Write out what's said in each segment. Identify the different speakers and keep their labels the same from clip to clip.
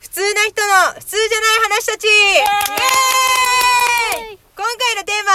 Speaker 1: 普通な人の普通じゃない話たちイエーイ今回のテーマ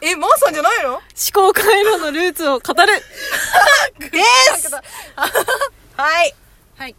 Speaker 1: え、マーさんじゃないの
Speaker 2: 思考回路のルーツを語る
Speaker 1: です はい。
Speaker 3: はい。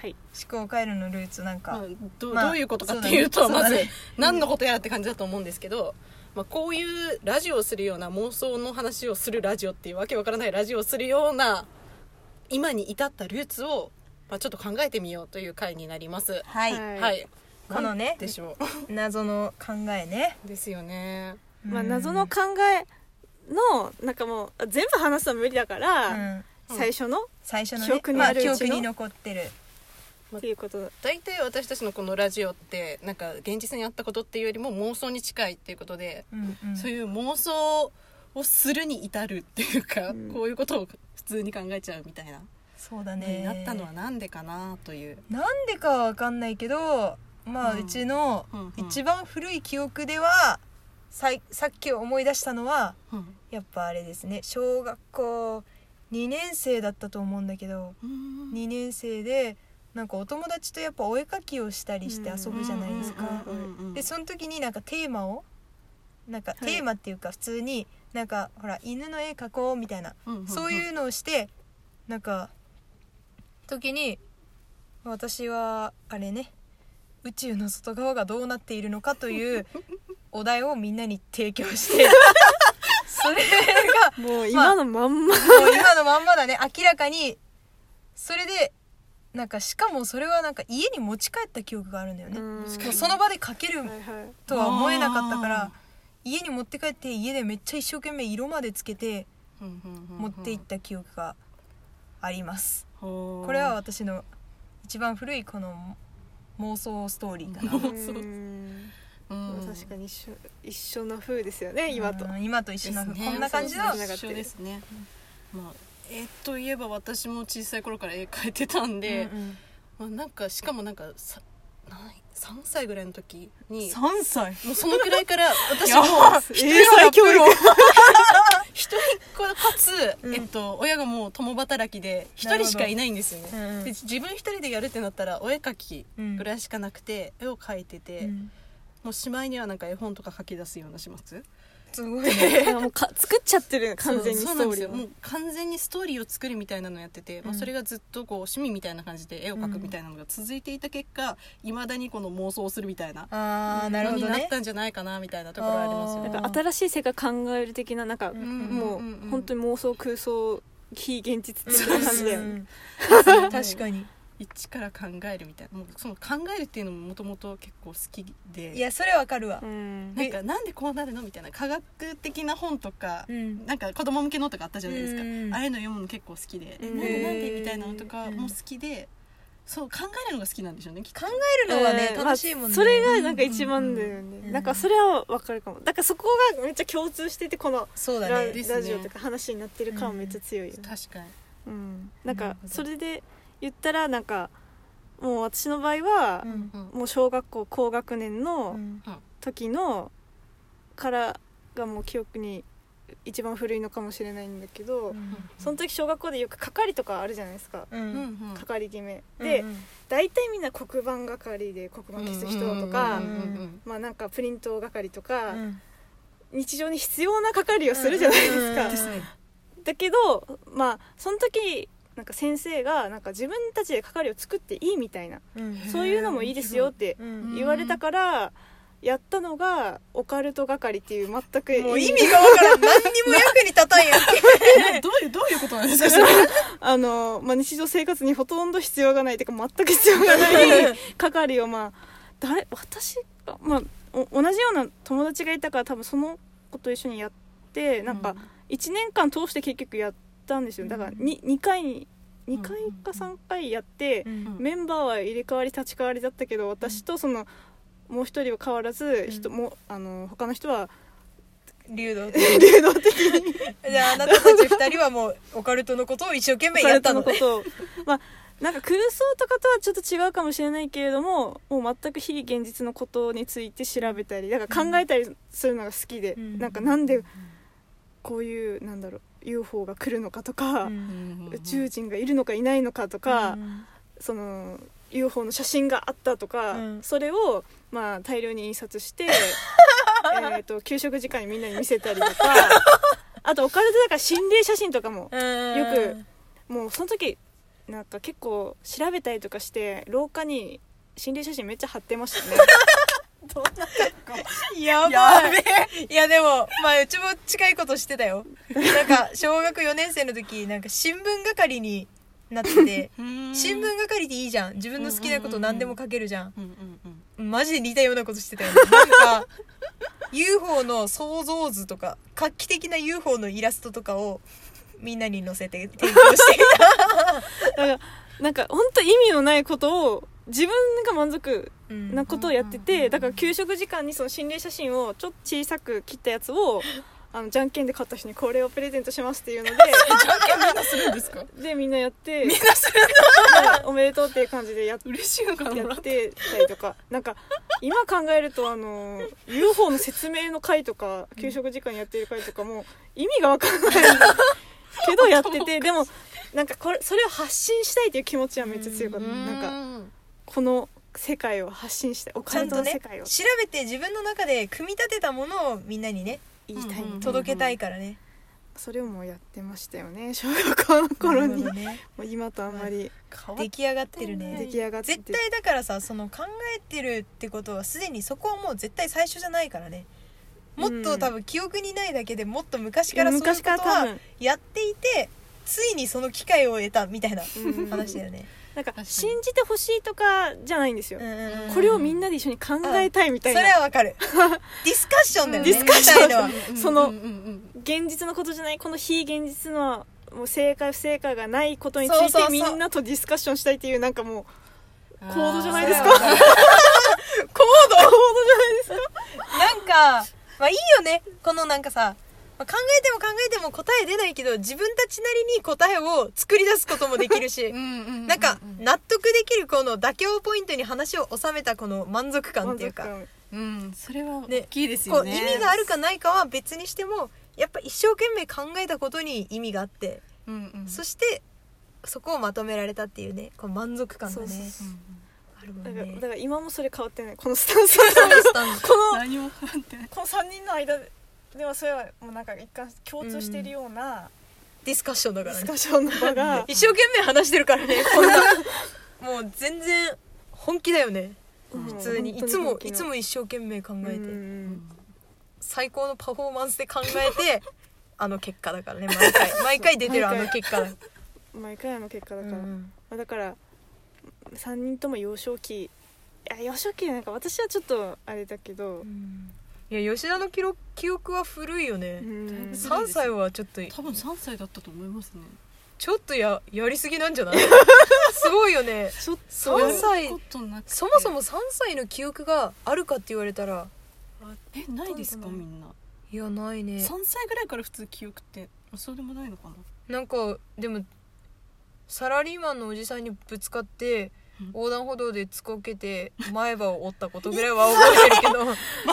Speaker 2: はい、
Speaker 1: 思考回路のルーツなん
Speaker 3: ま
Speaker 1: か
Speaker 3: あ。ど
Speaker 1: まあ
Speaker 3: どういうことかっていうと
Speaker 1: そうだね
Speaker 3: まず
Speaker 1: そうだね
Speaker 3: 何のことやらって感じだと思うんですけど、まあ、こういうラジオをするような妄想の話をするラジオっていうわけわからないラジオをするような今に至ったルーツを、まあ、ちょっと考えてみようという回になります。
Speaker 1: は。
Speaker 2: はい
Speaker 3: はい、
Speaker 1: このね
Speaker 3: なんでしょ
Speaker 1: 謎の考えね。
Speaker 3: うですよね。
Speaker 2: まあ、
Speaker 1: うん
Speaker 2: 謎の考えのなんかもう全部話すのは無理だか
Speaker 1: う
Speaker 2: ら、
Speaker 1: ん。
Speaker 2: 最初の
Speaker 1: 最初の
Speaker 2: 記
Speaker 1: ね
Speaker 2: 憶。に
Speaker 1: ま
Speaker 2: あ
Speaker 1: あ、
Speaker 2: るう
Speaker 1: 記憶
Speaker 2: ちの
Speaker 1: に残ってる。
Speaker 2: っていうこと
Speaker 3: 大体私たちのこのラジオってなんか現実にあったことっていうよりも妄想に近いっていうことで、
Speaker 1: うんうん
Speaker 3: そういう妄想をするに至るっていうか、
Speaker 2: うん
Speaker 3: こういうことを普通に考えちゃうみたいな
Speaker 1: そうだ
Speaker 3: に
Speaker 1: ね。
Speaker 3: なったのはなんでかなという、
Speaker 1: なんでかはわかんないけどまあ、
Speaker 3: う
Speaker 1: うんちの
Speaker 3: うんうん
Speaker 1: 一番古い記憶ではさいさっき思い出したのは
Speaker 3: うん
Speaker 1: やっぱあれですね小学校2年生だったと思うんだけど2年生でなんかお友達とやっぱお絵かきをしたりして遊ぶじゃないですか。
Speaker 3: うんうんうんうん
Speaker 1: でその時になんかテーマをなんか
Speaker 2: い
Speaker 1: テーマっていうか普通になんかほら犬の絵描こうみたいな
Speaker 3: うんうんうん
Speaker 1: そういうのをしてなんか時に私はあれね宇宙の外側がどうなっているのかという お題をみんなに提供してそれが
Speaker 2: もう
Speaker 1: 今
Speaker 2: 今のまん
Speaker 1: も
Speaker 2: ま、
Speaker 1: う今のまんまだね明らかにそれでなんかしかもそれはなんか家に持ち帰った記憶があるんだよね、も
Speaker 2: うん
Speaker 1: うその場で描ける
Speaker 2: はいはい
Speaker 1: とは思えなかったから
Speaker 3: あ
Speaker 1: 家に持って帰って家でめっちゃ一生懸命色までつけて
Speaker 3: うんうんうんうん
Speaker 1: 持っていった記憶があります、
Speaker 3: ほう
Speaker 1: これは私の一番古いこの妄想ストーリーか な、
Speaker 3: 妄想
Speaker 2: うん
Speaker 3: うん
Speaker 2: 確かに一緒一緒の風ですよね今と、
Speaker 1: うん今と一緒な、
Speaker 3: ですね
Speaker 1: こんな感じの
Speaker 2: そう
Speaker 3: 一緒ですね、まあ絵といえば私も小さい頃から絵描いてたんで、
Speaker 1: うん
Speaker 3: まあ、なんかしかもなんかさない3歳ぐらいの時
Speaker 1: うん
Speaker 3: に
Speaker 1: 3歳
Speaker 3: もうそのくらい から私も
Speaker 2: やばい英才教育
Speaker 3: 一人っ子かつ、
Speaker 1: うん
Speaker 3: えっと、親がもう共働きで一人しかいないんですよね、
Speaker 1: なるほど
Speaker 3: で自分一人でやるってなったらお絵描きぐらいしかなくて、絵を描いてて、
Speaker 1: うん
Speaker 3: もうしまいにはなんか絵本とか書き出すようなします
Speaker 1: すごいね
Speaker 2: もうか作っちゃってる完全に
Speaker 3: そうそ
Speaker 2: ス
Speaker 3: うなんです
Speaker 2: トーリ
Speaker 3: よ
Speaker 2: ー
Speaker 3: も
Speaker 2: を
Speaker 3: う完全にストーリーを作るみたいなのやってて、まあ、
Speaker 1: うん
Speaker 3: それがずっとこう趣味みたいな感じで絵を描くみたいなのが続いていた結果いまだにこの妄想をするみたいな
Speaker 1: ああなる
Speaker 3: の
Speaker 1: ほ
Speaker 3: に
Speaker 1: ど
Speaker 3: なっ
Speaker 1: ね
Speaker 3: たんじゃないかなみたいなところはありますよ
Speaker 1: あ
Speaker 3: ね
Speaker 1: ー
Speaker 2: なんか新しい世界考える的ななんか、
Speaker 1: ん
Speaker 2: もう,、本当に妄想空想非現実的な感じだよね、
Speaker 1: うん確かに
Speaker 3: 一から考えるみたいなもうその考えるっていうのももともと結構好きで
Speaker 1: いやそれわかるわ
Speaker 2: うん
Speaker 3: なんかなんでこうなるのみたいな科学的な本とか、
Speaker 1: うん
Speaker 3: なんか子供向けのとかあったじゃないですか、
Speaker 1: うん
Speaker 3: ああいうの読むの結構好きで、
Speaker 2: うん
Speaker 3: なんでなん
Speaker 1: へ
Speaker 3: で
Speaker 1: ー
Speaker 3: みたいなのとかも好きで、そう考えるのが好きなんでしょうねきっと
Speaker 1: 考えるのはね
Speaker 2: うん
Speaker 1: 楽しいもん
Speaker 2: ま
Speaker 1: ね
Speaker 2: あそれがなんか一番だよね、
Speaker 1: うん
Speaker 2: なんかそれはわかるかもだからそこがめっちゃ共通しててこの
Speaker 1: そうだ
Speaker 2: ラ,、
Speaker 1: ね
Speaker 3: ですね
Speaker 2: ラジオとか話になってる感はめっちゃ強いよね、
Speaker 3: 確かに
Speaker 2: うんなん
Speaker 1: なる
Speaker 2: か
Speaker 1: ほど
Speaker 2: それで言ったらなんかもう私の場合は
Speaker 1: う、ん
Speaker 3: うん
Speaker 2: もう小学校高学年の、
Speaker 1: うん
Speaker 2: 時のからがもう記憶に一番古いのかもしれないんだけど、その時小学校でよく係とかあるじゃないですか、
Speaker 1: うん
Speaker 3: うんうん
Speaker 2: 係決め、で
Speaker 1: うん
Speaker 2: 大体みんな黒板係で黒板消す人とか、
Speaker 3: うんうんうん
Speaker 2: まあなんかプリント係とか、
Speaker 1: うん
Speaker 2: 日常に必要な係をするじゃないですか、
Speaker 1: うん
Speaker 3: うんうん
Speaker 2: だけどまあその時なんか先生がなんか自分たちで係を作っていいみたいな
Speaker 1: うんうん
Speaker 2: そういうのもいいですよって
Speaker 1: うん
Speaker 2: 言われたからやったのがオカルト係っていう全く
Speaker 1: もう意味がわからん何にも役に立たんやん
Speaker 3: えどういうどういうことなんですかそれ
Speaker 2: あの、まあ、日常生活にほとんど必要がないというか全く必要 がない係をまあ誰私が、まあ、お同じような友達がいたから多分その子と一緒にやってなんか1年間通して結局やったんですよだから 2, 2回に2回か3回やって
Speaker 3: ん
Speaker 2: メンバーは入れ替わり立ち替わりだったけど私とそのもう一人は変わらず人もあの他の人は
Speaker 1: 流動
Speaker 2: 流動的
Speaker 1: じゃああなたたち二人はもうオカルトのことを一生懸命やったの
Speaker 2: 彼とのことをまあなんか空想とかとはちょっと違うかもしれないけれどももう全く非現実のことについて調べたりだから考えたりするのが好きで、
Speaker 1: うん
Speaker 2: なんかなんでこういうなんだろう UFO が来るのかとか、
Speaker 3: うん
Speaker 2: 宇宙人がいるのかいないのかとか、
Speaker 1: うん
Speaker 2: その UFO の写真があったとか、
Speaker 1: うん
Speaker 2: それを、まあ、大量に印刷し てえーと給食時間にみんなに見せたりと かあとオカルトだから心霊写真とかもよもうその時なんか結構調べたりとかして廊下に心霊写真めっちゃ貼ってましたね
Speaker 3: どんな格
Speaker 1: くやばいいやでもまあうちも近いことしてたよなんか小学4年生の時なんか新聞係になってて
Speaker 3: 好
Speaker 1: 新聞係でいいじゃん自分の好きなこと何でも書けるじゃん
Speaker 3: うんうんうん
Speaker 1: マジで似たようなことしてたよねなんか UFO の想像図とか画期的な UFO のイラストとかをみんなに載せて提供していた、
Speaker 2: だからなんか本当意味のないことを自分が満足
Speaker 1: うん
Speaker 2: なことをやって
Speaker 3: うんうんうんう
Speaker 2: て
Speaker 3: ん
Speaker 2: だから給食時間にその心霊写真をちょっと小さく切ったやつをあのじゃんけんで買った人にこれをプレゼントしますっていうの
Speaker 3: じゃんけんみんなするんですか
Speaker 2: ででみんなやって
Speaker 3: みんなする
Speaker 2: でおめでとうっていう感じでやっ
Speaker 3: 嬉しいのかな
Speaker 2: や
Speaker 3: もらっ
Speaker 2: っててたりとかなんか今考えるとあの UFO の説明の回とか給食時間やってる回とかも意味が分かんないけどやっててでもなんかこれそれを発信したいっていう気持ちはめっちゃ強かったなんか
Speaker 3: か
Speaker 2: この世界を発信したいオ
Speaker 1: ち
Speaker 2: カ
Speaker 1: ゃ
Speaker 2: ル
Speaker 1: ん
Speaker 2: ト
Speaker 1: と
Speaker 2: の
Speaker 1: ね
Speaker 2: 世
Speaker 1: 調
Speaker 2: 界を
Speaker 1: べて自分の中で組み立てたものをみんなにね
Speaker 2: 言いた
Speaker 3: う
Speaker 2: い
Speaker 3: んうんうん
Speaker 1: 届けたいからね、
Speaker 2: それをもうやってましたよね小学校の頃に
Speaker 1: なるほど
Speaker 2: も
Speaker 1: ね
Speaker 2: う今とあんまり
Speaker 1: 出来上がってる
Speaker 2: 出
Speaker 1: ね
Speaker 2: 来上がって
Speaker 1: 絶対だからさその考えてるってことはすでにそこはもう絶対最初じゃないからねもっ
Speaker 2: う
Speaker 1: と
Speaker 2: ん
Speaker 1: 多分記憶にないだけでもっと昔からそういう
Speaker 2: 昔
Speaker 1: こと
Speaker 2: から
Speaker 1: は
Speaker 2: 多分
Speaker 1: やっていてついにその機会を得たみたいな
Speaker 2: うん
Speaker 1: 話だよね、
Speaker 2: なんか
Speaker 3: かに
Speaker 2: 信じてほしいとかじゃないんですよ
Speaker 1: うんうんうん
Speaker 3: ん
Speaker 2: これをみんなで一緒に考えたいみ
Speaker 1: そ
Speaker 2: たいな
Speaker 1: れはわか るディスカッションだよね
Speaker 2: ディスカッション
Speaker 1: みたいのは
Speaker 2: その
Speaker 3: うんうんうん
Speaker 2: 現実のことじゃないこの非現実のもう正解不正解がないことについて
Speaker 1: そうそうそう
Speaker 2: みんなとディスカッションしたいっていうなんかもう
Speaker 3: あ
Speaker 2: コードじゃない
Speaker 1: で
Speaker 2: ですす
Speaker 1: か
Speaker 2: か
Speaker 1: コードなんか、まあいいよね。このなんかさ、まあ考えても考えても答え出ないけど、自分たちなりに答えを作り出すこともできるし
Speaker 3: う、んうう
Speaker 1: なんか納得できるこの妥協ポイントに話を収めたこの満足感っていうか、
Speaker 2: 満足
Speaker 3: うんそれは
Speaker 1: ね
Speaker 3: 大きいです
Speaker 1: こ
Speaker 3: よ
Speaker 1: う
Speaker 3: ね
Speaker 1: 意味があるかないかは別にしても、やっぱ一生懸命考えたことに意味があって、
Speaker 3: うんうん
Speaker 1: そして、そこをまとめられたっていうね、こう満足感が
Speaker 2: そう
Speaker 1: ね
Speaker 2: そうそ
Speaker 1: あるもん
Speaker 2: 感だからだ
Speaker 1: ね。
Speaker 2: から今もそれ変わってないこのスタンスこの
Speaker 3: 何も不安ってない
Speaker 2: この3人の間でではそれはもうなんか一貫共通しているような
Speaker 1: ディスカッションだか
Speaker 2: デ
Speaker 1: らね
Speaker 2: ィスカ。ッションの場が
Speaker 1: 一生懸命話してるから ねこんなもう全然本気だよね
Speaker 2: 普
Speaker 1: 普通にいつもいつも一生懸命考えて、最高のパフォーマンスで考えてあの結果だからね毎 回毎回出てるあ
Speaker 2: 毎回
Speaker 1: の結果だか
Speaker 2: 毎回の結果だ
Speaker 1: ら、
Speaker 2: か
Speaker 1: う
Speaker 2: ら、ま
Speaker 1: ん
Speaker 2: あ、だから3人とも幼少期いや幼少期なんか私はちょっとあれだけど、
Speaker 1: いや吉田の記録記憶は古いよ
Speaker 2: う
Speaker 1: ね、
Speaker 2: ん
Speaker 3: そ
Speaker 1: 3歳はちょっと
Speaker 3: 多分3歳だったと思いますね
Speaker 1: ちょっとややりすぎなんじゃ ないすごいよね
Speaker 2: ちょっと
Speaker 1: 3歳
Speaker 3: やることなくて
Speaker 1: そもそも3歳の記憶があるかって言われたら
Speaker 3: えないですか
Speaker 1: ほとんど
Speaker 3: み
Speaker 1: ない
Speaker 3: んない
Speaker 1: やないね
Speaker 3: 3歳ぐらいから普通記憶ってそうでもないのかな
Speaker 1: なんかでもサラリーマンのおじさんにぶつかって
Speaker 3: うん
Speaker 1: 横断歩道で突っこけて前歯を折ったことぐらいは覚えてる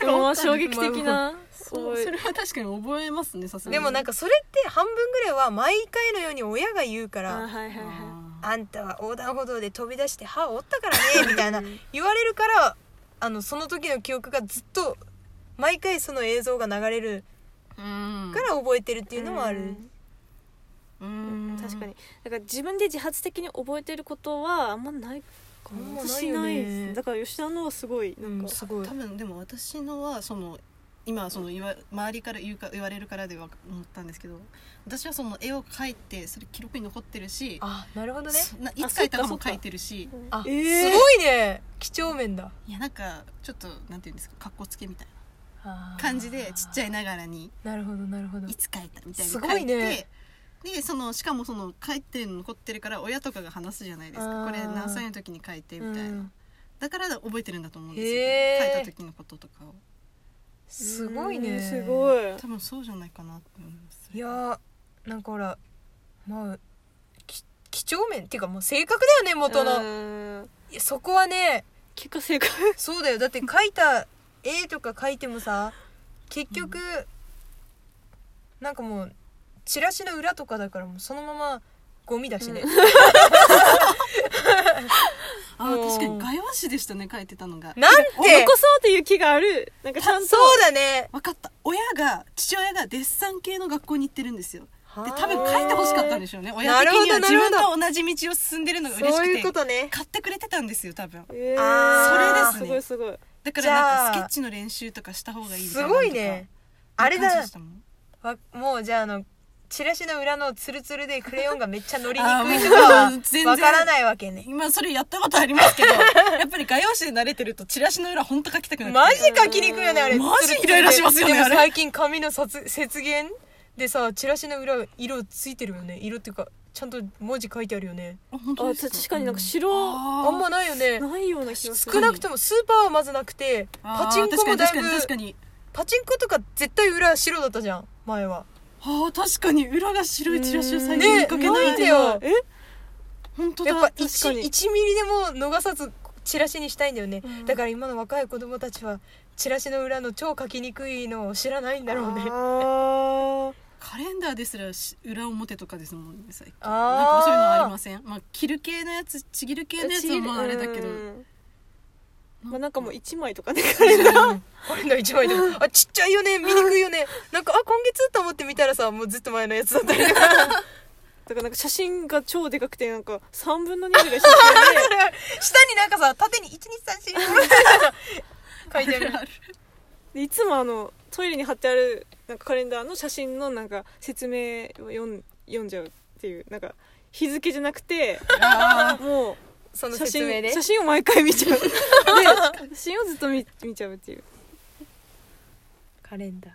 Speaker 2: でもまあ衝撃的な
Speaker 3: そうそれは確かに覚えますねさす
Speaker 1: け
Speaker 3: が
Speaker 1: どで
Speaker 3: に
Speaker 1: もなんかそれって半分ぐらいは毎回のように親が言うか
Speaker 2: あはい
Speaker 1: ら
Speaker 2: はいはい
Speaker 1: 「
Speaker 3: あ
Speaker 1: あんたは横断歩道で飛び出して歯を折ったからね」みたいな言われるからあのその時の記憶がずっと毎回その映像が流れる
Speaker 3: ーうん
Speaker 1: から覚えてるっていうのもある。
Speaker 3: う
Speaker 2: うん
Speaker 3: ん
Speaker 2: 確かにだから自分で自発的に覚えてることはあんまないか
Speaker 1: あん
Speaker 2: も
Speaker 1: まない
Speaker 2: 私
Speaker 1: よね
Speaker 2: ないですねだから吉田のはすごいなん
Speaker 1: う
Speaker 2: か
Speaker 1: んすごい
Speaker 3: 多分でも私のはその今その言わ周りから言うか言われるからでは思ったんですけど私はその絵を描いてそれ記録に残ってるし
Speaker 1: あなるほどね
Speaker 3: そないつ描いたかも書いてるし
Speaker 1: あ、
Speaker 2: えー
Speaker 1: すごいね几帳面だ
Speaker 3: いやなんかちょっとなんていうんですかかっこつけみたいな感じでちっち
Speaker 1: ゃい
Speaker 3: ゃいながらに
Speaker 1: なるほどなるほど
Speaker 3: いつ描いたみたいな
Speaker 1: す
Speaker 3: の
Speaker 1: ご
Speaker 3: 書
Speaker 1: い
Speaker 3: いて
Speaker 1: ね
Speaker 3: でそのしかもその書いてるの残ってるから親とかが話すじゃないです
Speaker 1: あー
Speaker 3: かこれ何歳の時に書いてみたいな、
Speaker 1: うん
Speaker 3: だから覚えてるんだと思うんですよ、
Speaker 1: へー
Speaker 3: 書いた時のこととかを
Speaker 1: すごいね
Speaker 2: うんすごい
Speaker 3: 多分そうじゃないかなって思います
Speaker 1: いやーなんかほらまあき几帳面っていうかもう性格だよね元の
Speaker 2: の
Speaker 1: いやそこはね
Speaker 2: 結果正解
Speaker 1: そうだよだって書いた絵とか書いてもさ結局、なんかもうチラシの裏とかだからもうそのままゴミだしね、
Speaker 3: あー確かに画用紙でしたね書いてたのが
Speaker 1: なんて
Speaker 2: 残そうっていう気があるなんかちゃんと
Speaker 1: そうだね
Speaker 3: 分かった親が父親がデッサン系の学校に行ってるんですよで多分
Speaker 1: はあ
Speaker 3: 書いてほしかったんでしょうね親
Speaker 1: なる
Speaker 3: 的
Speaker 1: ほど
Speaker 3: には自分
Speaker 1: なるほ
Speaker 3: と同じ道を進んでるのが嬉しくて
Speaker 1: そういうことね
Speaker 3: 買ってくれてたんですよ多分
Speaker 2: えー
Speaker 1: あー
Speaker 2: すごいすごい
Speaker 3: だからなんか
Speaker 1: じゃあ
Speaker 3: スケッチの練習とかした方がいいか
Speaker 1: す
Speaker 3: なとか
Speaker 1: ごいねあれ
Speaker 3: 感じ
Speaker 1: だ
Speaker 3: でしたもん
Speaker 1: わもうじゃああのチラシの裏のツルツルでクレヨンがめっちゃ乗りに
Speaker 3: あ
Speaker 1: くい
Speaker 3: ー
Speaker 1: とかは
Speaker 3: もう全然
Speaker 1: わからないわけね
Speaker 3: 今それやったことあ りますけどやっぱり画用紙で慣れてるとチラシの裏ほんと書きたくなって
Speaker 1: マジか切りくよねあれ
Speaker 3: マジ
Speaker 1: ツルツルで
Speaker 3: イライラしますよね
Speaker 1: でも
Speaker 3: あれ
Speaker 1: 最近紙のさつ節減でさチラシの裏色ついてるよね色っていうかちゃんと文字書いてあるよね
Speaker 3: あ本
Speaker 2: あ
Speaker 3: 当です
Speaker 2: 確かになんか白
Speaker 1: あんまないよね
Speaker 2: ないような気がする
Speaker 1: 少なくともスーパーはまずなくて
Speaker 3: あー
Speaker 1: パチンコもだいぶ
Speaker 3: 確かに確かに
Speaker 1: パチンコとか絶対裏白だったじゃん前は
Speaker 3: 確かにあー確かに裏が白いチラシを最
Speaker 1: う
Speaker 3: 近
Speaker 1: ん
Speaker 3: 見かけな
Speaker 1: ね
Speaker 3: い
Speaker 1: ない
Speaker 3: ん
Speaker 1: ん
Speaker 3: で
Speaker 1: だよ
Speaker 2: え
Speaker 3: 本当だ
Speaker 1: やっぱ
Speaker 2: 確か
Speaker 1: 1,
Speaker 2: に
Speaker 1: 1ミリでも逃さずチラシにしたいんだよね、
Speaker 2: うん
Speaker 1: だから今の若い子供たちはチラシの裏の超書きにくいのを知らないんだろうね
Speaker 2: あー
Speaker 3: カレンダーですらし裏表とかですもんね最近
Speaker 1: あー
Speaker 3: なんかそういうのありませんまあ切る系のやつちぎる系のやつはまああれだけど
Speaker 2: うんまあなんかもう1枚とかで
Speaker 1: これの一枚でもあちっちゃいよね見にくいよねなんかあ今月と思って見たらさもうずっと前のやつだったりとか
Speaker 2: だからなんか写真が超でかくてなんか3分の2ぐらい写真で
Speaker 1: 下になんかさ縦に1234書いてある
Speaker 3: ある
Speaker 2: でいつもあのトイレに貼ってあるなんかカレンダーの写真のなんか説明を読ん読んじゃうっていうなんか日付じゃなくて
Speaker 3: あ
Speaker 2: も
Speaker 1: そうの
Speaker 2: 写
Speaker 1: 説明
Speaker 2: 真
Speaker 1: で
Speaker 2: 写真を毎回見ちゃうで写真をずっと見見ちゃうっていう
Speaker 1: カレンダー